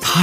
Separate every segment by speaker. Speaker 1: 他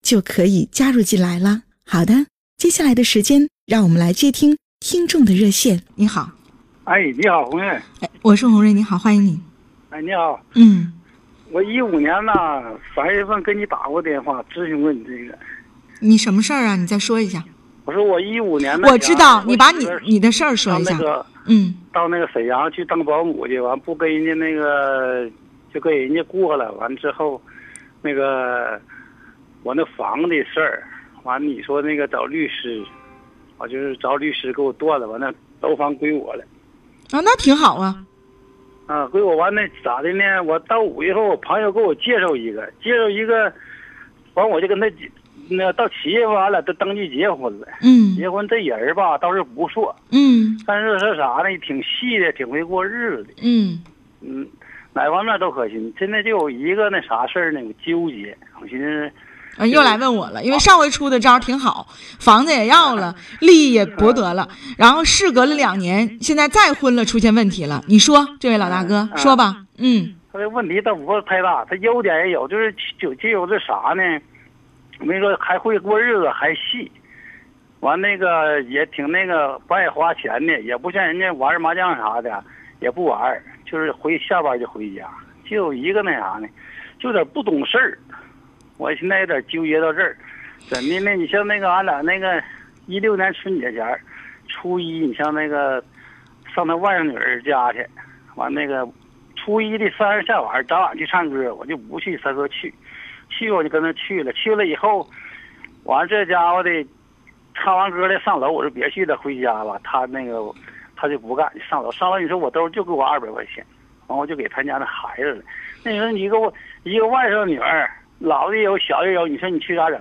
Speaker 2: 就可以加入进来了。好的，接下来的时间，让我们来接听听众的热线。你好，
Speaker 3: 哎，你好，红瑞。
Speaker 2: 哎，我是红瑞，你好，欢迎你。
Speaker 3: 哎，你好，
Speaker 2: 嗯，
Speaker 3: 我一五年呢三月份跟你打过电话，咨询过你这个。
Speaker 2: 你什么事儿啊？你再说一下。
Speaker 3: 我说我一五年那
Speaker 2: 我知道，
Speaker 3: 年
Speaker 2: 你把你
Speaker 3: 啊我媳妇儿啊
Speaker 2: 你的事儿说
Speaker 3: 上
Speaker 2: 一下
Speaker 3: 那。个
Speaker 2: 嗯
Speaker 3: 到那个沈阳去当保姆去，完不跟人家那个就跟人家过了。完之后，那个我那房的事儿，完你说那个找律师，我就是找律师给我断了。完那楼房归我了。
Speaker 2: 啊，那挺好啊。
Speaker 3: 啊，归我完了咋的呢？我到五月份，我朋友给我介绍一个，介绍一个，完我就跟他结那到七月份完了，都登记结婚了。
Speaker 2: 嗯
Speaker 3: 结婚这人儿吧倒是不错，
Speaker 2: 嗯
Speaker 3: 但是说啥呢，挺细的，挺会过日子的，
Speaker 2: 嗯
Speaker 3: 嗯，哪方面都可行。现在就有一个那啥事儿呢，我纠结，我寻思
Speaker 2: 啊，又来问我
Speaker 3: 嗯
Speaker 2: 了，因为上回出的招儿挺好，房子也要了，利益也博得了，然后事隔了两年，现在再婚了，出现问题了。你说，这位老大哥，
Speaker 3: 嗯
Speaker 2: 说吧，嗯
Speaker 3: 他这问题倒不是太大，他优点也有，就是就就有这啥呢？没说还会过日子，还细，完那个也挺那个不爱花钱的，也不像人家玩麻将啥的，也不玩儿，就是回下班就回家。就有一个那啥呢，就有点不懂事儿。我现在有点纠结到这儿，怎的呢？你像那个俺俩那个一六年春节前儿，初一你像那个上他外甥女儿家去，完那个初一的三十下晚上，咱俩去唱歌，我就不去，他说去，去我就跟他去了，去了以后，完这家伙的，唱完歌了上楼，我说别去了，回家吧。他那个他就不干，上楼上楼，你说我兜就给我二百块钱，完我就给他家那孩子了。那你说你一个我一个外甥女儿，老的有小的有，你说你去咋整？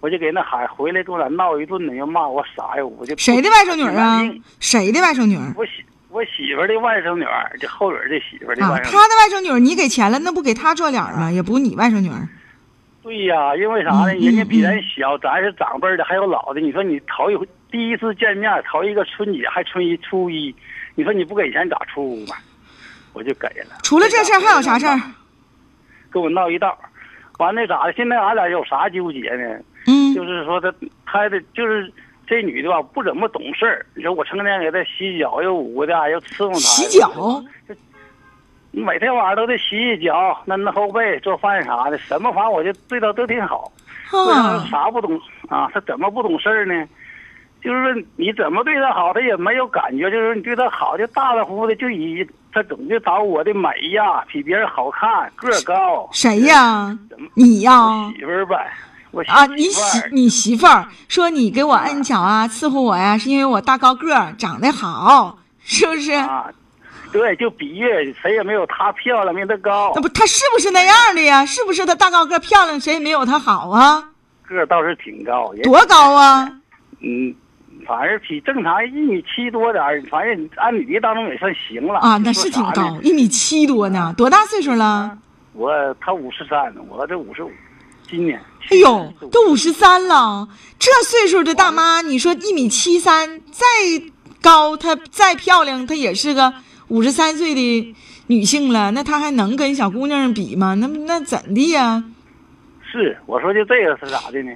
Speaker 3: 我就给那孩子回来跟我俩闹一顿呢，又骂我傻呀，我就不
Speaker 2: 谁的外甥女儿啊
Speaker 3: 不干净？
Speaker 2: 谁的外甥女儿？
Speaker 3: 我媳我媳妇儿的外甥女儿，就后边儿这媳妇儿的
Speaker 2: 啊，
Speaker 3: 外甥女儿。
Speaker 2: 他的外甥女儿，你给钱了，那不给他做脸儿吗？也不是你外甥女儿。
Speaker 3: 对呀、因为啥呢？
Speaker 2: 嗯
Speaker 3: 人家比
Speaker 2: 嗯
Speaker 3: 咱小，咱是长辈儿的，还有老的。你说你头一回第一次见面，头一个春节还春一初一，你说你不给钱咋出屋啊？我就给了，
Speaker 2: 除了这事儿还有啥事儿？
Speaker 3: 跟我闹一道。完那咋的？现在俺俩有啥纠结呢？
Speaker 2: 嗯
Speaker 3: 就是说他他的就是这女的吧，不怎么懂事儿。你说我成天给她洗脚，又捂的，又伺候她。
Speaker 2: 洗脚，
Speaker 3: 每天晚上都得洗洗脚，那那后背、做饭啥的，什么反正我就对她都挺好。为啥
Speaker 2: 啊
Speaker 3: 他，啥不懂啊？他怎么不懂事儿呢？就是说你怎么对他好，他也没有感觉。就是说你对他好，就大大呼呼的，就以他总就找我的美呀，比别人好看，个儿高。
Speaker 2: 谁呀
Speaker 3: 怎么？
Speaker 2: 你呀？
Speaker 3: 我媳妇儿呗，我媳
Speaker 2: 哦
Speaker 3: 妇
Speaker 2: 啊，
Speaker 3: 儿
Speaker 2: 你媳你媳妇儿说你给我摁脚啊，伺候我呀，是因为我大高个儿，长得好，是不是？
Speaker 3: 啊，对，就比喻谁也没有她漂亮，没她高
Speaker 2: 那，不，她是不是那样的呀？是不是她大高个儿漂亮，谁也没有她好啊？
Speaker 3: 个儿倒是挺高，也
Speaker 2: 多高啊？
Speaker 3: 嗯，反正比正常一米七多点儿，反正按女的当中也算行了
Speaker 2: 啊，
Speaker 3: 就
Speaker 2: 那
Speaker 3: 说
Speaker 2: 是挺
Speaker 3: 啥啊呢
Speaker 2: 高，一米七多呢，多大岁数
Speaker 3: 啊
Speaker 2: 了？
Speaker 3: 我他五十三，我这五十五，今年。
Speaker 2: 哎呦，都五十三了，这岁数的大妈，你说一米七三，再高她再漂亮，她也是个五十三岁的女性了，那她还能跟小姑娘比吗？那那怎的呀？
Speaker 3: 是，我说就这个是咋的呢？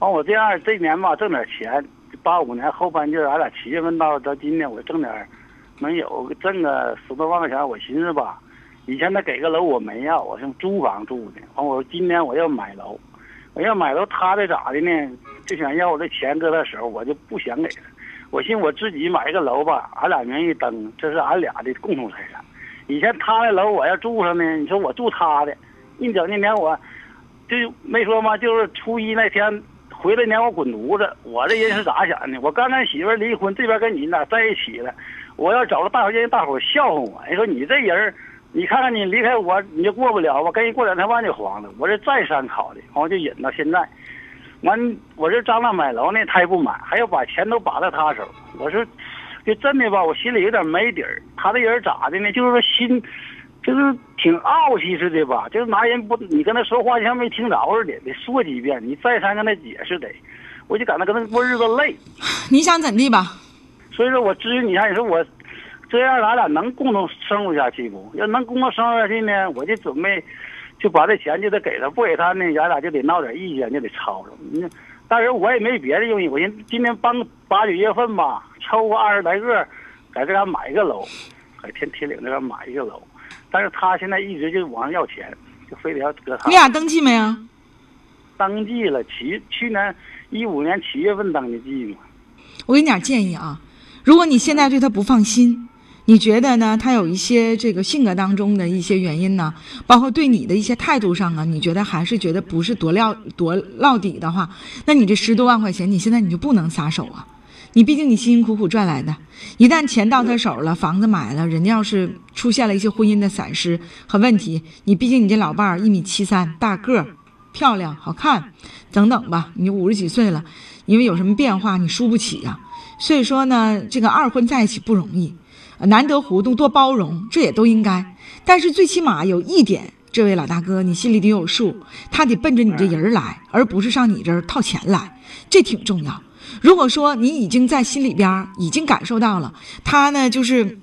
Speaker 3: 完我这样这年吧挣点钱，八五年后半截儿，俺俩七月份到到今年我挣点儿，能有个挣个十多万块钱，我寻思吧，以前他给个楼我没要，我是租房住的，完我今年我要买楼，我要买楼他的咋的呢？就想要我的钱搁他手，我就不想给他。我寻我自己买一个楼吧，俺俩名义登，这是俺俩的共同财产。以前他的楼我要住上呢，你说我住他的，一整那年我就没说嘛，就是初一那天回来撵我滚犊子。我这人是咋想的？我刚跟媳妇儿离婚，这边跟你俩在一起了，我要找个大伙让大伙笑话我。你说你这人儿，你看看你离开我你就过不了，我跟人过两天万就黄了。我这再三考虑，完我就忍到现在。完，我这张罗买楼呢，他也不买，还要把钱都把到他手。我说，就真的吧，我心里有点没底儿。他这人咋的呢？就是说心，就是挺傲气似的吧，就是拿人不，你跟他说话就像没听着似的，得说几遍，你再三跟他解释得。我就感到跟他过日子累，
Speaker 4: 你想怎地吧？
Speaker 3: 所以说我支持你一下，你说我这样咱俩能共同生活下去不？要能共同生活下去呢，我就准备就把这钱就得给他，不给他呢，咱俩就得闹点意见，就得吵吵。你但是我也没别的用意，我寻思今年帮八九月份吧，抽个二十来个，在这嘎买一个楼，在天铁岭这嘎买一个楼。但是他现在一直就往上要钱，就非得要搁他
Speaker 4: 你俩登记没啊？
Speaker 3: 登记了，七去年一五年七月份登的记嘛。
Speaker 4: 我给你点建议啊，如果你现在对他不放心，你觉得呢？他有一些这个性格当中的一些原因呢，包括对你的一些态度上啊，你觉得还是觉得不是多料多落底的话，那你这十多万块钱，你现在你就不能撒手啊。你毕竟你辛辛苦苦赚来的，一旦钱到他手了，房子买了，人家要是出现了一些婚姻的闪失和问题，你毕竟你这老伴儿一米七三，大个儿，漂亮好看，等等吧，你五十几岁了，因为有什么变化你输不起呀、所以说呢，这个二婚在一起不容易，呃难得糊涂多包容，这也都应该。但是最起码有一点，这位老大哥，你心里得有数，他得奔着你这人儿来，而不是上你这儿套钱来，这挺重要。如果说你已经在心里边儿已经感受到了，他呢就是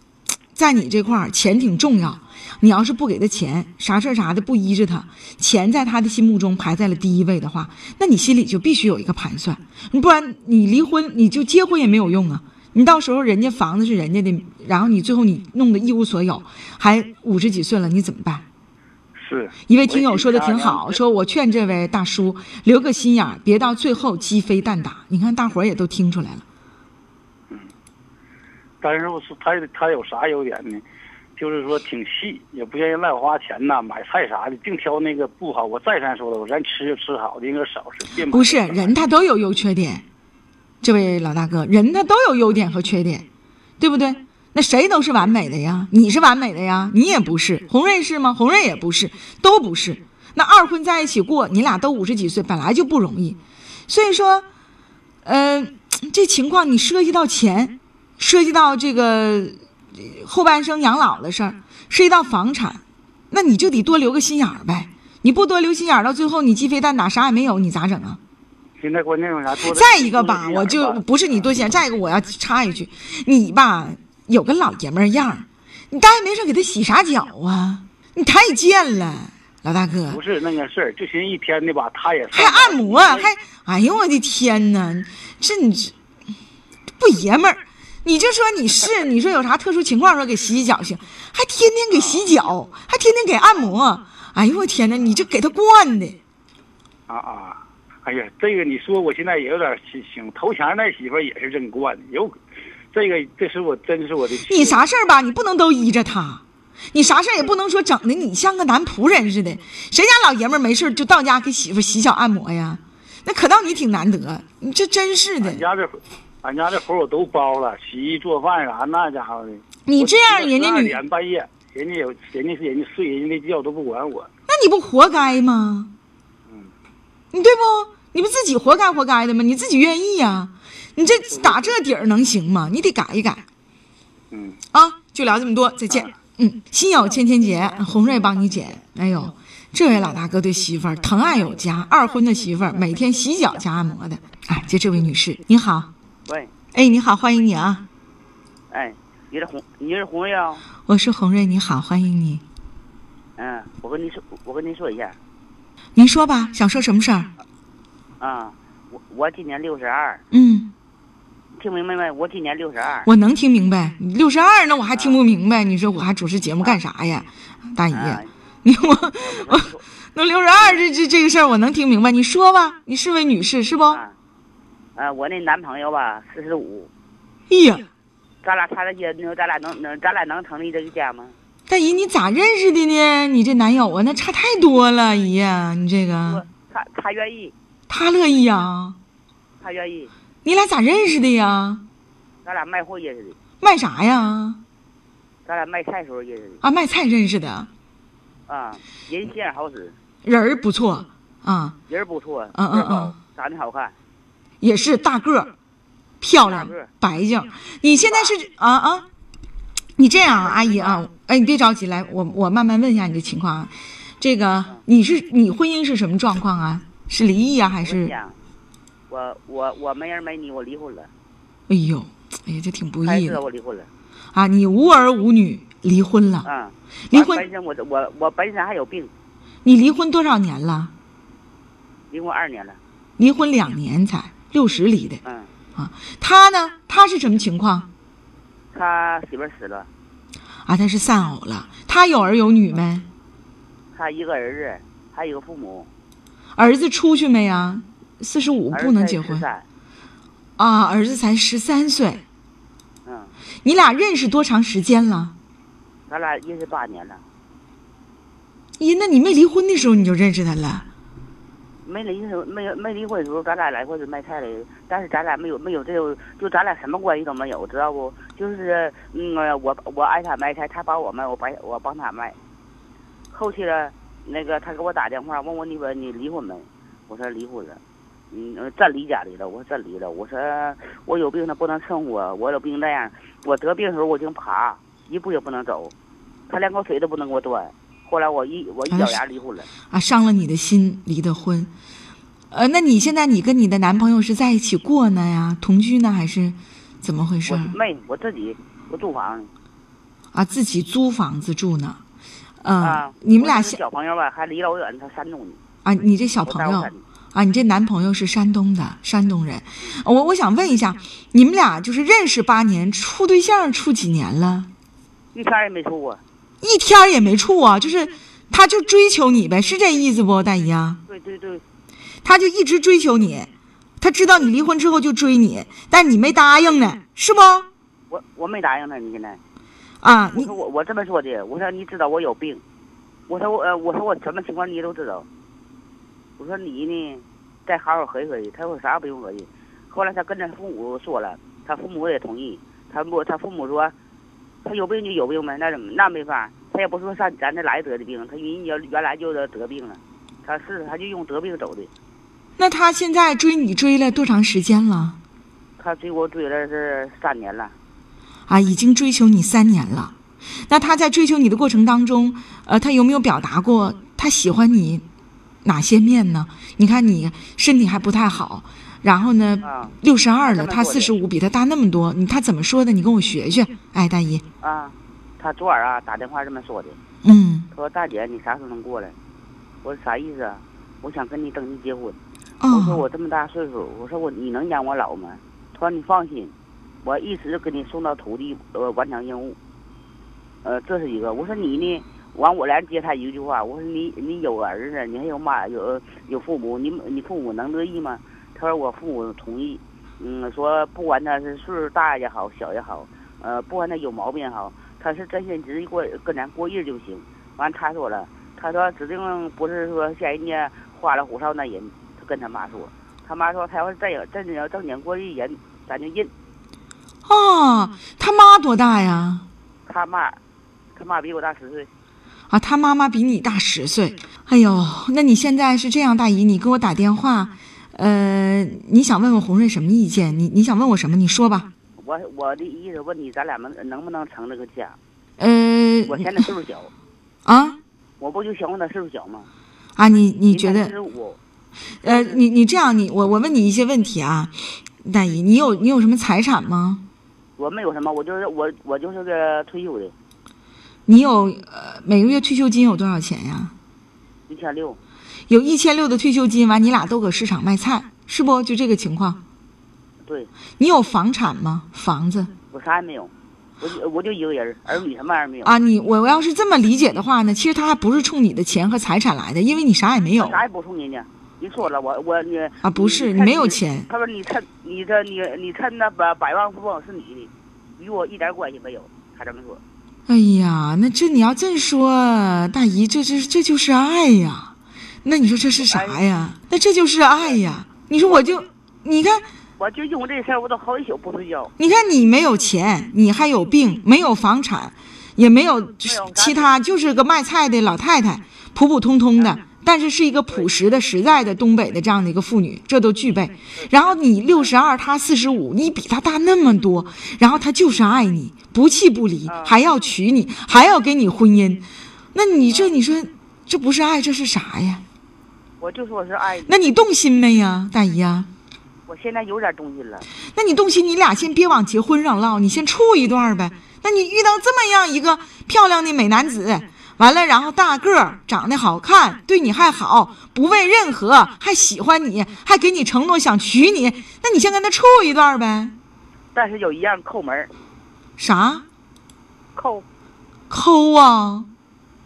Speaker 4: 在你这块儿钱挺重要，你要是不给他钱，啥事儿啥的不依着他，钱在他的心目中排在了第一位的话，那你心里就必须有一个盘算，不然你离婚你就结婚也没有用啊。你到时候人家房子是人家的，然后你最后你弄得一无所有，还五十几岁了，你怎么办？
Speaker 3: 是
Speaker 4: 一位听友说的挺好，说我劝这位大叔留个心眼儿，别到最后鸡飞蛋打。你看大伙儿也都听出来了，
Speaker 3: 但是我说他他有啥优点呢？就是说挺细，也不愿意乱花钱呐、买菜啥的，净挑那个不好。我再三说了，我咱吃就吃好的，应该少吃，别买。
Speaker 4: 不是人他都有优缺点。这位老大哥，人他都有优点和缺点，对不对？那谁都是完美的呀？你是完美的呀？你也不是。红瑞是吗？红瑞也不是，都不是。那二婚在一起过，你俩都五十几岁，本来就不容易，所以说，呃，这情况你涉及到钱，涉及到这个呃后半生养老的事儿，涉及到房产，那你就得多留个心眼儿呗。你不多留心眼儿，到最后你鸡飞蛋打，啥也没有，你咋整啊？
Speaker 3: 现在关键有啥多的？
Speaker 4: 再一个吧
Speaker 3: 多，的
Speaker 4: 我
Speaker 3: 一点
Speaker 4: 就
Speaker 3: 儿吧
Speaker 4: 不是你多想。再一个，我要插一句，你吧有个老爷们儿样儿，你大爷没事给他洗啥脚啊？你太贱了，老大哥
Speaker 3: 不，是那个事儿，就寻思一天的吧，他也
Speaker 4: 还按摩，还哎呦我的天哪！这你这不爷们儿，你就说你是，你说有啥特殊情况说给洗洗脚行，还天天给洗脚，还天天给按摩，哎呦我天哪！你这给他惯的。
Speaker 3: 啊啊！哎呀，这个你说我现在也有点心行。头前那媳妇儿也是真惯的，有这个这是我真是我的。
Speaker 4: 你？啥事儿吧，你不能都依着他，你啥事儿也不能说整的你像个男仆人似的。谁家老爷们儿没事儿就到家给媳妇儿洗脚按摩呀？那可倒你挺难得，你这真是的
Speaker 3: 俺。家这俺家这活儿我都包了，洗衣做饭啥那家伙的。
Speaker 4: 你这样人家
Speaker 3: 二
Speaker 4: 女，
Speaker 3: 点半夜，人家有人家是人家睡，人家的觉都不管我。
Speaker 4: 那你不活该吗？你对不？你不自己活该活该的吗？你自己愿意呀、你这打这底儿能行吗？你得改一改
Speaker 3: 嗯，
Speaker 4: 啊！就聊这么多，再见。嗯，心有千千结，红瑞帮你解。哎呦，这位老大哥对媳妇儿疼爱有加，二婚的媳妇儿每天洗脚加按摩的。哎，就这位女士，你好，
Speaker 5: 喂，
Speaker 4: 哎，你好，欢迎你啊！
Speaker 5: 哎，你是红，你是红呀？
Speaker 4: 我是红瑞，你好，欢迎你。
Speaker 5: 嗯，我跟你说，我跟你说一下
Speaker 4: 您说吧，想说什么事儿？
Speaker 5: 啊，我我今年六十二，
Speaker 4: 嗯，
Speaker 5: 听明白没？我今年六十二，
Speaker 4: 我能听明白。你六十二呢，我还听不明白，你说我还主持节目干啥呀？大姨，
Speaker 3: 哎
Speaker 5: 啊，
Speaker 4: 你我
Speaker 5: 我
Speaker 3: 哎
Speaker 4: 那六十二这这这个事儿我能听明白，你说吧，你是位女士是不？
Speaker 5: 啊，
Speaker 3: 呃，我那男朋友吧，四十五，
Speaker 4: 哎呀，
Speaker 3: 咱俩差这些，你说咱俩能能，咱俩能成立这个家吗？
Speaker 4: 大姨，你咋认识的呢？你这男友啊，那差太多了，姨呀，你这
Speaker 3: 我
Speaker 4: 个
Speaker 3: 他他愿意，
Speaker 4: 他乐意呀？
Speaker 3: 他愿意，
Speaker 4: 你俩咋认识的呀？
Speaker 3: 咱俩卖货认识的，
Speaker 4: 卖啥呀？
Speaker 3: 咱俩卖菜时候认识
Speaker 4: 啊，卖菜认识的，
Speaker 3: 的啊，人
Speaker 4: 嗯
Speaker 3: 心眼好使，
Speaker 4: 人儿不错啊，
Speaker 3: 人不错，
Speaker 4: 嗯嗯
Speaker 3: 个儿高
Speaker 4: 嗯，
Speaker 3: 长得好看，
Speaker 4: 也是大个儿，漂亮
Speaker 3: 大个儿，
Speaker 4: 白净。你现在是啊啊，你这样啊，阿姨啊，哎，你别着急，来，我我慢慢问一下你的情况啊。这个你是你婚姻是什么状况啊？是离异啊，还
Speaker 3: 我跟你
Speaker 4: 是？
Speaker 3: 讲，我我我没人没你，我离婚了，
Speaker 4: 哎呦，哎呀，这挺不
Speaker 3: 他
Speaker 4: 易
Speaker 3: 知道
Speaker 4: 的
Speaker 3: 我离婚了，
Speaker 4: 啊！你无儿无女，离婚了，
Speaker 3: 啊，
Speaker 4: 离
Speaker 3: 完
Speaker 4: 婚
Speaker 3: 本身我这我我本身还有病，
Speaker 4: 你离婚多少年了？
Speaker 3: 离婚二年了，
Speaker 4: 离婚两年才六十离的。
Speaker 3: 嗯，
Speaker 4: 他呢？他是什么情况
Speaker 3: 他媳妇儿死了，
Speaker 4: 啊？他是丧偶了。他有儿有女没？
Speaker 3: 他一个儿子，还有一个父母，
Speaker 4: 儿子出去没啊？四十五
Speaker 3: 儿
Speaker 4: 不能
Speaker 3: 子
Speaker 4: 结婚
Speaker 3: 13
Speaker 4: 啊！儿子才十三岁，
Speaker 3: 嗯，
Speaker 4: 你俩认识多长时间了？
Speaker 3: 咱俩认识八年了，
Speaker 4: 咦，那你没离婚的时候你就认识他了？
Speaker 3: 没离婚时候没有没离婚的时候，咱俩来过是卖菜的，但是咱俩没有没有这种，就咱俩什么关系都没有，知道不？就是嗯，我我挨他卖菜，他帮我卖，我帮我帮他卖。后期了，那个他给我打电话问我你说你离婚没？我说离婚了。嗯，呃真离家里了。我说真离了。我说我有病了，不能生活。我有病那样，我得病的时候我已经爬，一步也不能走，他连口水都不能给我端。后来我一我一咬牙离婚了。
Speaker 4: 啊，伤了你的心，离的婚。呃，那你现在你跟你的男朋友是在一起过呢呀？同居呢还是怎么回事
Speaker 3: 我
Speaker 4: 儿？
Speaker 3: 妹，我自己我住房
Speaker 4: 啊，自己租房子住呢。嗯、
Speaker 3: 啊。
Speaker 4: 你们俩
Speaker 3: 我这个
Speaker 4: 现
Speaker 3: 小朋友吧，还离老远，他山东的，
Speaker 4: 啊，你这小
Speaker 3: 我
Speaker 4: 朋
Speaker 3: 在我
Speaker 4: 友
Speaker 3: 山东
Speaker 4: 啊，你这男朋友是山东的，山东人。我我想问一下，你们俩就是认识八年，处对象处几年了？
Speaker 3: 一天也没出过。
Speaker 4: 一天儿也没处啊，就是他就追求你呗，是这意思不，大姨啊？
Speaker 3: 对对对，
Speaker 4: 他就一直追求你，他知道你离婚之后就追你，但你没答应呢，是不？
Speaker 3: 我我没答应他，你现在。
Speaker 4: 啊，
Speaker 3: 我
Speaker 4: 你
Speaker 3: 说我我这么说的，我说你知道我有病，我说我呃我说我什么情况你都知道，我说你呢，再好好合计合计。他说啥也不用合计。后来他跟他父母说了，他父母也同意。他不，他父母说，他有病就有病呗，那怎么那没法，他也不是说上咱这来得的病，他人家原来就得得病了，他是他就用得病走的。
Speaker 4: 那他现在追你追了多长时间了？
Speaker 3: 他追我追了是三年了，
Speaker 4: 啊，已经追求你三年了。那他在追求你的过程当中，呃，他有没有表达过他喜欢你哪些面呢？你看你身体还不太好，然后呢
Speaker 3: 啊，
Speaker 4: 六十二
Speaker 3: 这
Speaker 4: 了，
Speaker 3: 么
Speaker 4: 他
Speaker 3: 说
Speaker 4: 四
Speaker 3: 的
Speaker 4: 十五，比他大那么多，你他怎么说的？你跟我学学。哎，大姨，
Speaker 3: 啊，他昨晚啊打电话这么说的，
Speaker 4: 嗯，
Speaker 3: 他说大姐你啥时候能过来？我说啥意思啊？我想跟你登记结婚。我说
Speaker 4: 哦，
Speaker 3: 我这么大岁数，我说我你能养我老吗？他说你放心，我一直给你送到土地，呃，完成任务。呃，这是一个。我说你呢？完我连接他一句话，我说你你有儿子，你还有妈有有父母，你你父母能乐意吗？他说我父母同意，嗯，说不管他是岁数大也好，小也好，呃，不管他有毛病也好，他是真心实意过跟咱过日就行。完他说了，他说指定不是说像人家花里胡哨那人，他跟他妈说，他妈说他要是真有真要正经过日人，咱就认。
Speaker 4: 哦，他妈多大呀？
Speaker 3: 他妈，他妈比我大十岁，
Speaker 4: 啊，他妈妈比你大十岁。哎呦，那你现在是这样，大姨，你给我打电话，呃，你想问问红瑞什么意见？你你想问我什么？你说吧。
Speaker 3: 我我的意思问你，咱俩能能不能成这个家？
Speaker 4: 呃，
Speaker 3: 我嫌他岁数小，
Speaker 4: 啊
Speaker 3: 我不就想问他岁数小吗？
Speaker 4: 啊，你你觉
Speaker 3: 四
Speaker 4: 得
Speaker 3: 十五，
Speaker 4: 呃，你你这样，你我我问你一些问题啊，大姨，你有你有什么财产吗？
Speaker 3: 我没有什么，我就是我我就是个退休的，
Speaker 4: 你有呃每个月退休金有多少钱呀？
Speaker 3: 一千六，
Speaker 4: 有一千六的退休金，完你俩都搁市场卖菜，是不？就这个情况。
Speaker 3: 对
Speaker 4: 你有房产吗？房子
Speaker 3: 我啥也没有，我就我就一个人，儿女什么玩意儿没有，
Speaker 4: 啊，你我要是这么理解的话呢，其实他还不是冲你的钱和财产来的，因为你啥也没有
Speaker 3: 啥也不送人家，你说了，我我你
Speaker 4: 啊不是
Speaker 3: 趁
Speaker 4: 没有钱
Speaker 3: 他说你趁你这你你趁那百百万富翁是你的，与我一点关系没有。他这么说，
Speaker 4: 哎呀，那这你要这么说，大姨，这这这就是爱呀。那你说这是啥呀？那这就是爱呀。你说我就，你看，
Speaker 3: 我就因为这事儿，我都好几宿不睡觉。
Speaker 4: 你看你没有钱，你还有病，没有房产，也没有嗯其他，就是个卖菜的老太太，普普通通的，但是是一个朴实的、实在的东北的这样的一个妇女，这都具备。然后你六十二，她四十五，你比她大那么多，然后她就是爱你，不弃不离，还要娶你，还要给你婚姻，那你这你说这不是爱，这是啥呀？
Speaker 3: 我就说是爱你，
Speaker 4: 那你动心没呀，大姨呀、啊
Speaker 3: 我现在有点动心了。
Speaker 4: 那你动心，你俩先别往结婚上唠，你先处一段儿呗。那你遇到这么样一个漂亮的美男子，完了，然后大个儿，长得好看，对你还好，不为任何，还喜欢你，还给你承诺想娶你，那你先跟他处一段儿呗。
Speaker 3: 但是有一样抠门儿，
Speaker 4: 啥
Speaker 3: 抠，
Speaker 4: 抠啊？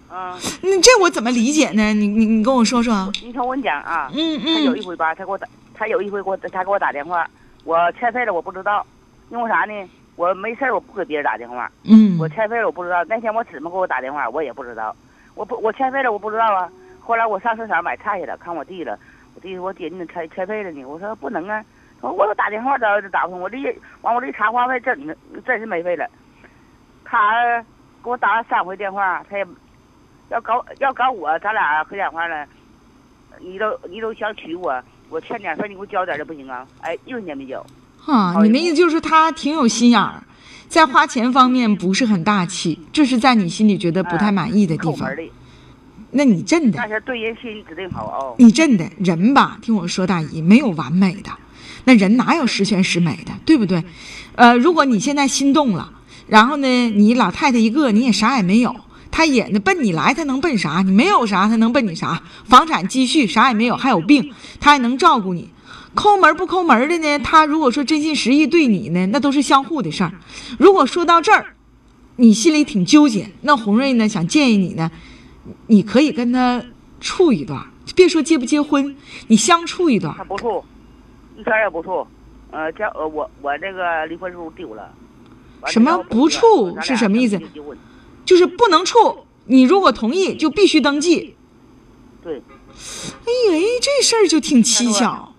Speaker 3: 嗯，
Speaker 4: 你这我怎么理解呢？你你你跟我说说。
Speaker 3: 你听我跟你讲啊，
Speaker 4: 嗯
Speaker 3: 他有一
Speaker 4: 嗯
Speaker 3: 回吧，他给我打，他有一回给我他给我打电话，我欠费了我不知道，因为啥呢？我没事儿我不给别人打电话，我
Speaker 4: 嗯
Speaker 3: 欠费了我不知道。那天我姊妹给我打电话，我也不知道，我不我欠费了我不知道啊。后来我上市场买菜去了，看我弟了，我弟说我姐你怎么欠欠费了呢？我说不能啊，他说我打电话咋就打不通？我这一完我这一查话费真的真是没费了，他给我打了三回电话，他也要搞要搞我，咱俩可讲话了，你都你都想娶我，我欠点费你给我交点儿这不行啊？哎，一分钱没交。
Speaker 4: 啊，你的意思就是他挺有心眼儿，在花钱方面不是很大气，这是在你心里觉得不太满意的地
Speaker 3: 抠哎门
Speaker 4: 方
Speaker 3: 儿。的，
Speaker 4: 那你真的
Speaker 3: 但是对人心指定好哦。
Speaker 4: 你真的人吧，听我说，大姨没有完美的，那人哪有十全十美的，对不对？呃，如果你现在心动了，然后呢，你老太太一个，你也啥也没有，她也呢奔你来，她能奔啥？你没有啥，她能奔你啥？房产积蓄啥也没有，还有病，她还能照顾你。抠门儿不抠门儿的呢？她如果说真心实意对你呢，那都是相互的事儿。如果说到这儿，你心里挺纠结，那红瑞呢想建议你呢，你可以跟他处一段儿，别说结不结婚，你相处一段
Speaker 3: 他
Speaker 4: 儿。
Speaker 3: 不处，一天也不处。呃，交呃我我这个离婚书丢了。完
Speaker 4: 什么
Speaker 3: 之后
Speaker 4: 不处
Speaker 3: 咱俩
Speaker 4: 是什么意思
Speaker 3: 就离婚
Speaker 4: 就是不能处。你如果同意，就必须登记。
Speaker 3: 对，
Speaker 4: 哎呀，哎这事儿就挺蹊跷。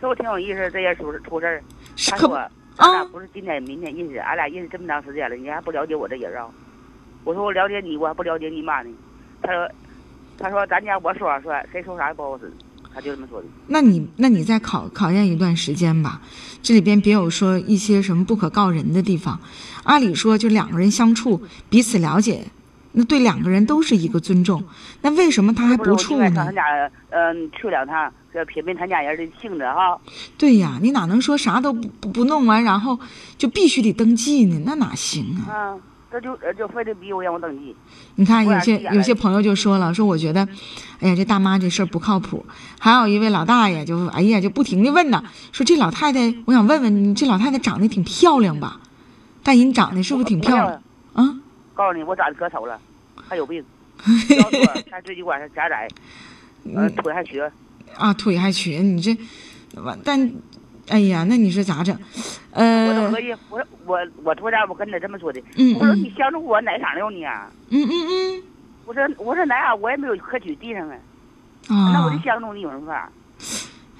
Speaker 3: 这我挺有意思，这件出事出事儿。
Speaker 4: 是
Speaker 3: 他
Speaker 4: 可
Speaker 3: 说咱俩
Speaker 4: 啊
Speaker 3: 不是今天明天认识，俺俩认识这么长时间了，你还不了解我这人啊？我说我了解你，我还不了解你妈呢。他说，他说咱家我说啥算，谁说啥也不好使。他就这么说的。
Speaker 4: 那你那你再考考验一段时间吧，这里边别有说一些什么不可告人的地方。按理说，就两个人相处，彼此了解，那对两个人都是一个尊重。那为什么他还
Speaker 3: 不是
Speaker 4: 不
Speaker 3: 我另
Speaker 4: 处
Speaker 3: 外上
Speaker 4: 呢
Speaker 3: 他？家，嗯、去两趟，这品品他家人的性质哈。
Speaker 4: 对呀，你哪能说啥都不不不弄完，然后就必须得登记呢？那哪行啊？
Speaker 3: 嗯，这就呃就非得逼我让我登记。
Speaker 4: 你看，
Speaker 3: 不
Speaker 4: 有
Speaker 3: 然
Speaker 4: 些
Speaker 3: 自己来
Speaker 4: 有些朋友就说
Speaker 3: 嗯
Speaker 4: 了，说我觉得，哎呀，这大妈这事儿不靠谱。还有一位老大爷就，哎呀，就不停的问呐，说这老太太，我想问问你，这老太太长得挺漂亮吧？大姨，你长得是不是挺漂亮啊？
Speaker 3: 告诉你，我长得可丑了，还有 病，腰短，还椎管还狭窄，呃，
Speaker 4: 嗯
Speaker 3: 腿还瘸。
Speaker 4: 啊，腿还瘸，你这，完，但，哎呀，那你说咋整？
Speaker 3: 我都
Speaker 4: 呃，
Speaker 3: 合计，我说我我昨天我跟他这么说的，
Speaker 4: 嗯
Speaker 3: 我说你
Speaker 4: 嗯
Speaker 3: 相中我哪场了你啊？
Speaker 4: 嗯嗯
Speaker 3: 我说我说哪样我也没有可举地上啊，
Speaker 4: 嗯，
Speaker 3: 那我就
Speaker 4: 啊，
Speaker 3: 相中你有什么法？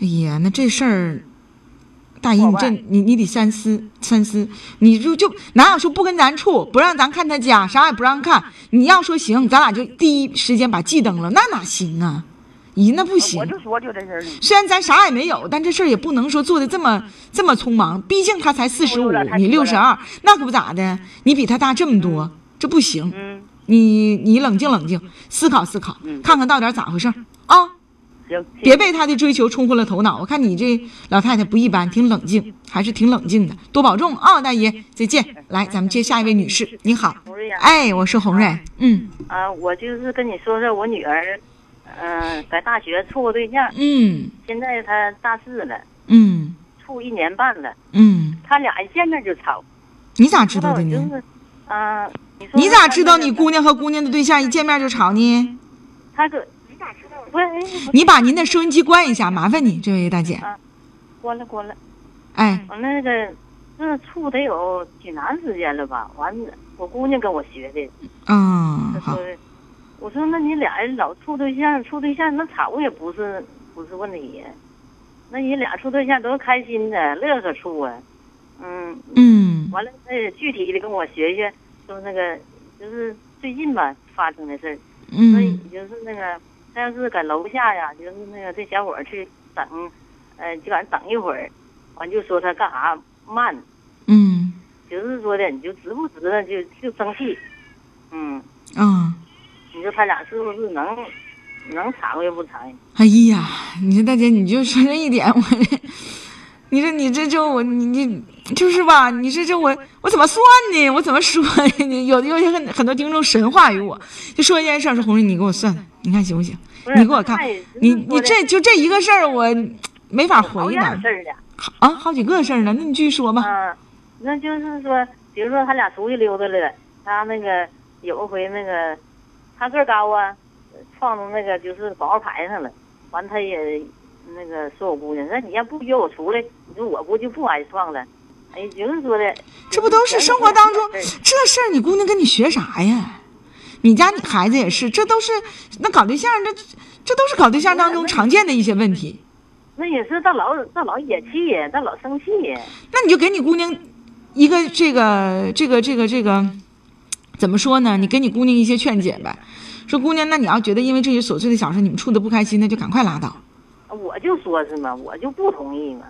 Speaker 4: 哎呀，那这事儿。大姨，
Speaker 3: 好
Speaker 4: 你
Speaker 3: 吧
Speaker 4: 这你你得三思三思，你就就哪有说不跟咱处，不让咱看他家，啥也不让看。你要说行，咱俩就第一时间把记登了，那哪行啊？姨，那不行
Speaker 3: 我。就说就这事儿呢，
Speaker 4: 虽然咱啥也没有，但这事儿也不能说做的这么这么匆忙，毕竟他才四十
Speaker 3: 嗯
Speaker 4: 五
Speaker 3: 我有点，太
Speaker 4: 你
Speaker 3: 多
Speaker 4: 六
Speaker 3: 了
Speaker 4: 十二，那可不咋的，你比他大这么多，这不行。
Speaker 3: 嗯，
Speaker 4: 你你冷静冷静，思考思考，
Speaker 3: 嗯
Speaker 4: 看看到底儿咋回事儿啊！
Speaker 3: 行，谢谢
Speaker 4: 别被他的追求冲昏了头脑。我看你这老太太不一般，挺冷静，还是挺冷静的。多保重啊，大爷，再见。来，咱们接下一位女士，你好，
Speaker 6: 不
Speaker 3: 啊
Speaker 6: 是呀，
Speaker 4: 哎，我是红瑞，嗯
Speaker 6: 啊，我就是跟你说说我女儿，嗯、在大学处过对象，
Speaker 4: 嗯
Speaker 6: 现在她大四了，
Speaker 4: 嗯
Speaker 6: 处一年半了，
Speaker 4: 嗯，
Speaker 6: 他俩一见面就吵。
Speaker 4: 你咋知
Speaker 6: 后来
Speaker 4: 道
Speaker 6: 我
Speaker 4: 的
Speaker 6: 就
Speaker 4: 呢？
Speaker 6: 是，啊、你说
Speaker 4: 你咋知道
Speaker 6: 他
Speaker 4: 你姑娘和姑娘的对象一见面就吵呢？
Speaker 6: 他搁你咋知道
Speaker 3: 不是，哎不
Speaker 4: 你把您的收音机关一下，麻烦你，这位大姐。
Speaker 3: 关了关了。
Speaker 4: 哎，
Speaker 3: 我那个那处得有挺长时间了吧？完，我姑娘跟我学的，
Speaker 4: 嗯
Speaker 3: 她，
Speaker 4: 好
Speaker 3: 说，，我说那你俩人老处对象，处对象那吵也不是不是问题，那你俩处对象多开心的，乐呵处啊，嗯，
Speaker 4: 嗯
Speaker 3: 完了，那具体的跟我学学，说那个就是最近吧发生的事儿，所以
Speaker 4: 嗯
Speaker 3: 就是那个，他要是搁楼下呀，就是那个这小伙儿去等，呃，就搁那等一会儿，完就说他干啥慢，
Speaker 4: 嗯
Speaker 3: 就是说的你就值不值的就就生气，嗯，
Speaker 4: 啊，
Speaker 3: 你说他俩是不是能能藏也不藏？
Speaker 4: 哎呀，你说大姐，你就说这一点，我这，你说你这就我你你就是吧，你说这我我怎么算呢？我怎么说呀？你有的有些很很多听众神话于我，就说一件事儿，说红瑞你给我算，你看行不行？
Speaker 3: 不是
Speaker 4: 你给我看
Speaker 3: 他也是，
Speaker 4: 你
Speaker 3: 说
Speaker 4: 你
Speaker 3: 的
Speaker 4: 这就这一个事儿，我没法
Speaker 3: 好
Speaker 4: 回
Speaker 3: 样
Speaker 4: 答
Speaker 3: 的事儿的，
Speaker 4: 啊，好几个事儿呢，那你继续说吧。
Speaker 3: 嗯，那就是说，比如说他俩出去溜达了，他那个有一回那个，他个儿高啊，撞到那个就是广告牌上了，完他也那个说我姑娘，那你要不约我出来，你说我不就不挨撞了？哎，就是说的，
Speaker 4: 这不都是生活当中
Speaker 3: 就是
Speaker 4: 这事儿？你姑娘跟你学啥呀？你家你孩子也是，这都是那搞对象，这这都是搞对象当中常见的一些问题。
Speaker 3: 那也是到老到老野气，到老生气，
Speaker 4: 那你就给你姑娘一个这个这个这个这个怎么说呢？你给你姑娘一些劝解呗，说姑娘，那你要觉得因为这些琐碎的小事你们处的不开心，那就赶快拉倒。
Speaker 3: 我就说是嘛，我就不同意嘛。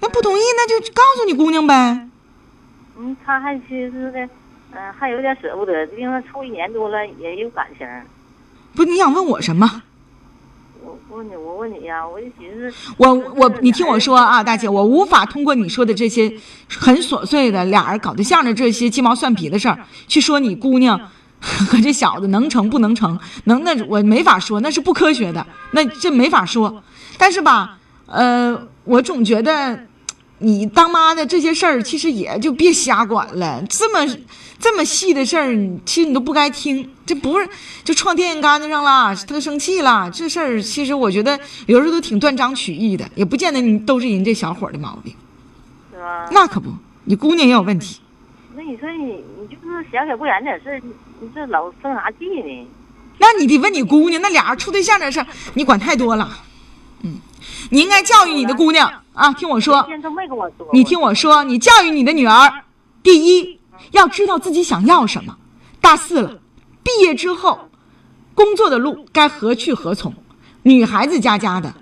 Speaker 4: 那不同意，那就告诉你姑娘呗。
Speaker 3: 嗯，他还其实呢，嗯、还有点舍不得，因为处一年多了，也有感情。
Speaker 4: 不，你想问我什么？
Speaker 3: 我问你，我问你呀、我就寻思，
Speaker 4: 我我你听我说啊，大姐，我无法通过你说的这些很琐碎的俩人搞对象的这些鸡毛蒜皮的事儿，去说你姑娘 和这小子能成不能成，能那我没法说，那是不科学的，那这没法说。但是吧，呃，我总觉得你当妈的这些事儿，其实也就别瞎管了，这么这么细的事儿，你其实你都不该听，这不是就撞电线杆子上啦，他生气啦，这事儿其实我觉得有时候都挺断章取义的，也不见得你都是人这小伙儿的毛病，
Speaker 3: 是吧？
Speaker 4: 那可不，你姑娘也有问题。
Speaker 3: 那你说你你就是想给不然点事儿，你你这老生啥气呢？
Speaker 4: 那你得问你姑娘，那俩人处对象这事儿，你管太多了。嗯，你应该教育你的姑娘啊，听我说
Speaker 3: 今，天都没跟我说。
Speaker 4: 你听我说，你教育你的女儿，第一要知道自己想要什么。大四了，毕业之后，工作的路该何去何从？女孩子家家的，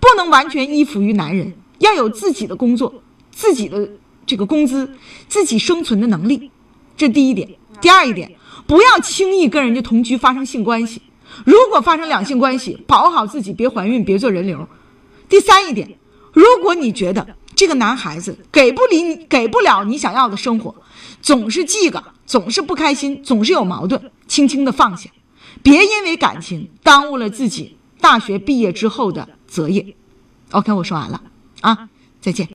Speaker 4: 不能完全依附于男人，要有自己的工作，自己的这个工资，自己生存的能力，这第一点。第二一点，不要轻易跟人家同居发生性关系。如果发生两性关系，保好自己，别怀孕，别做人流。第三一点，如果你觉得这个男孩子给不理你，给不了你想要的生活，总是记个，总是不开心，总是有矛盾，轻轻的放下，别因为感情耽误了自己大学毕业之后的择业。OK，我说完了啊，再见。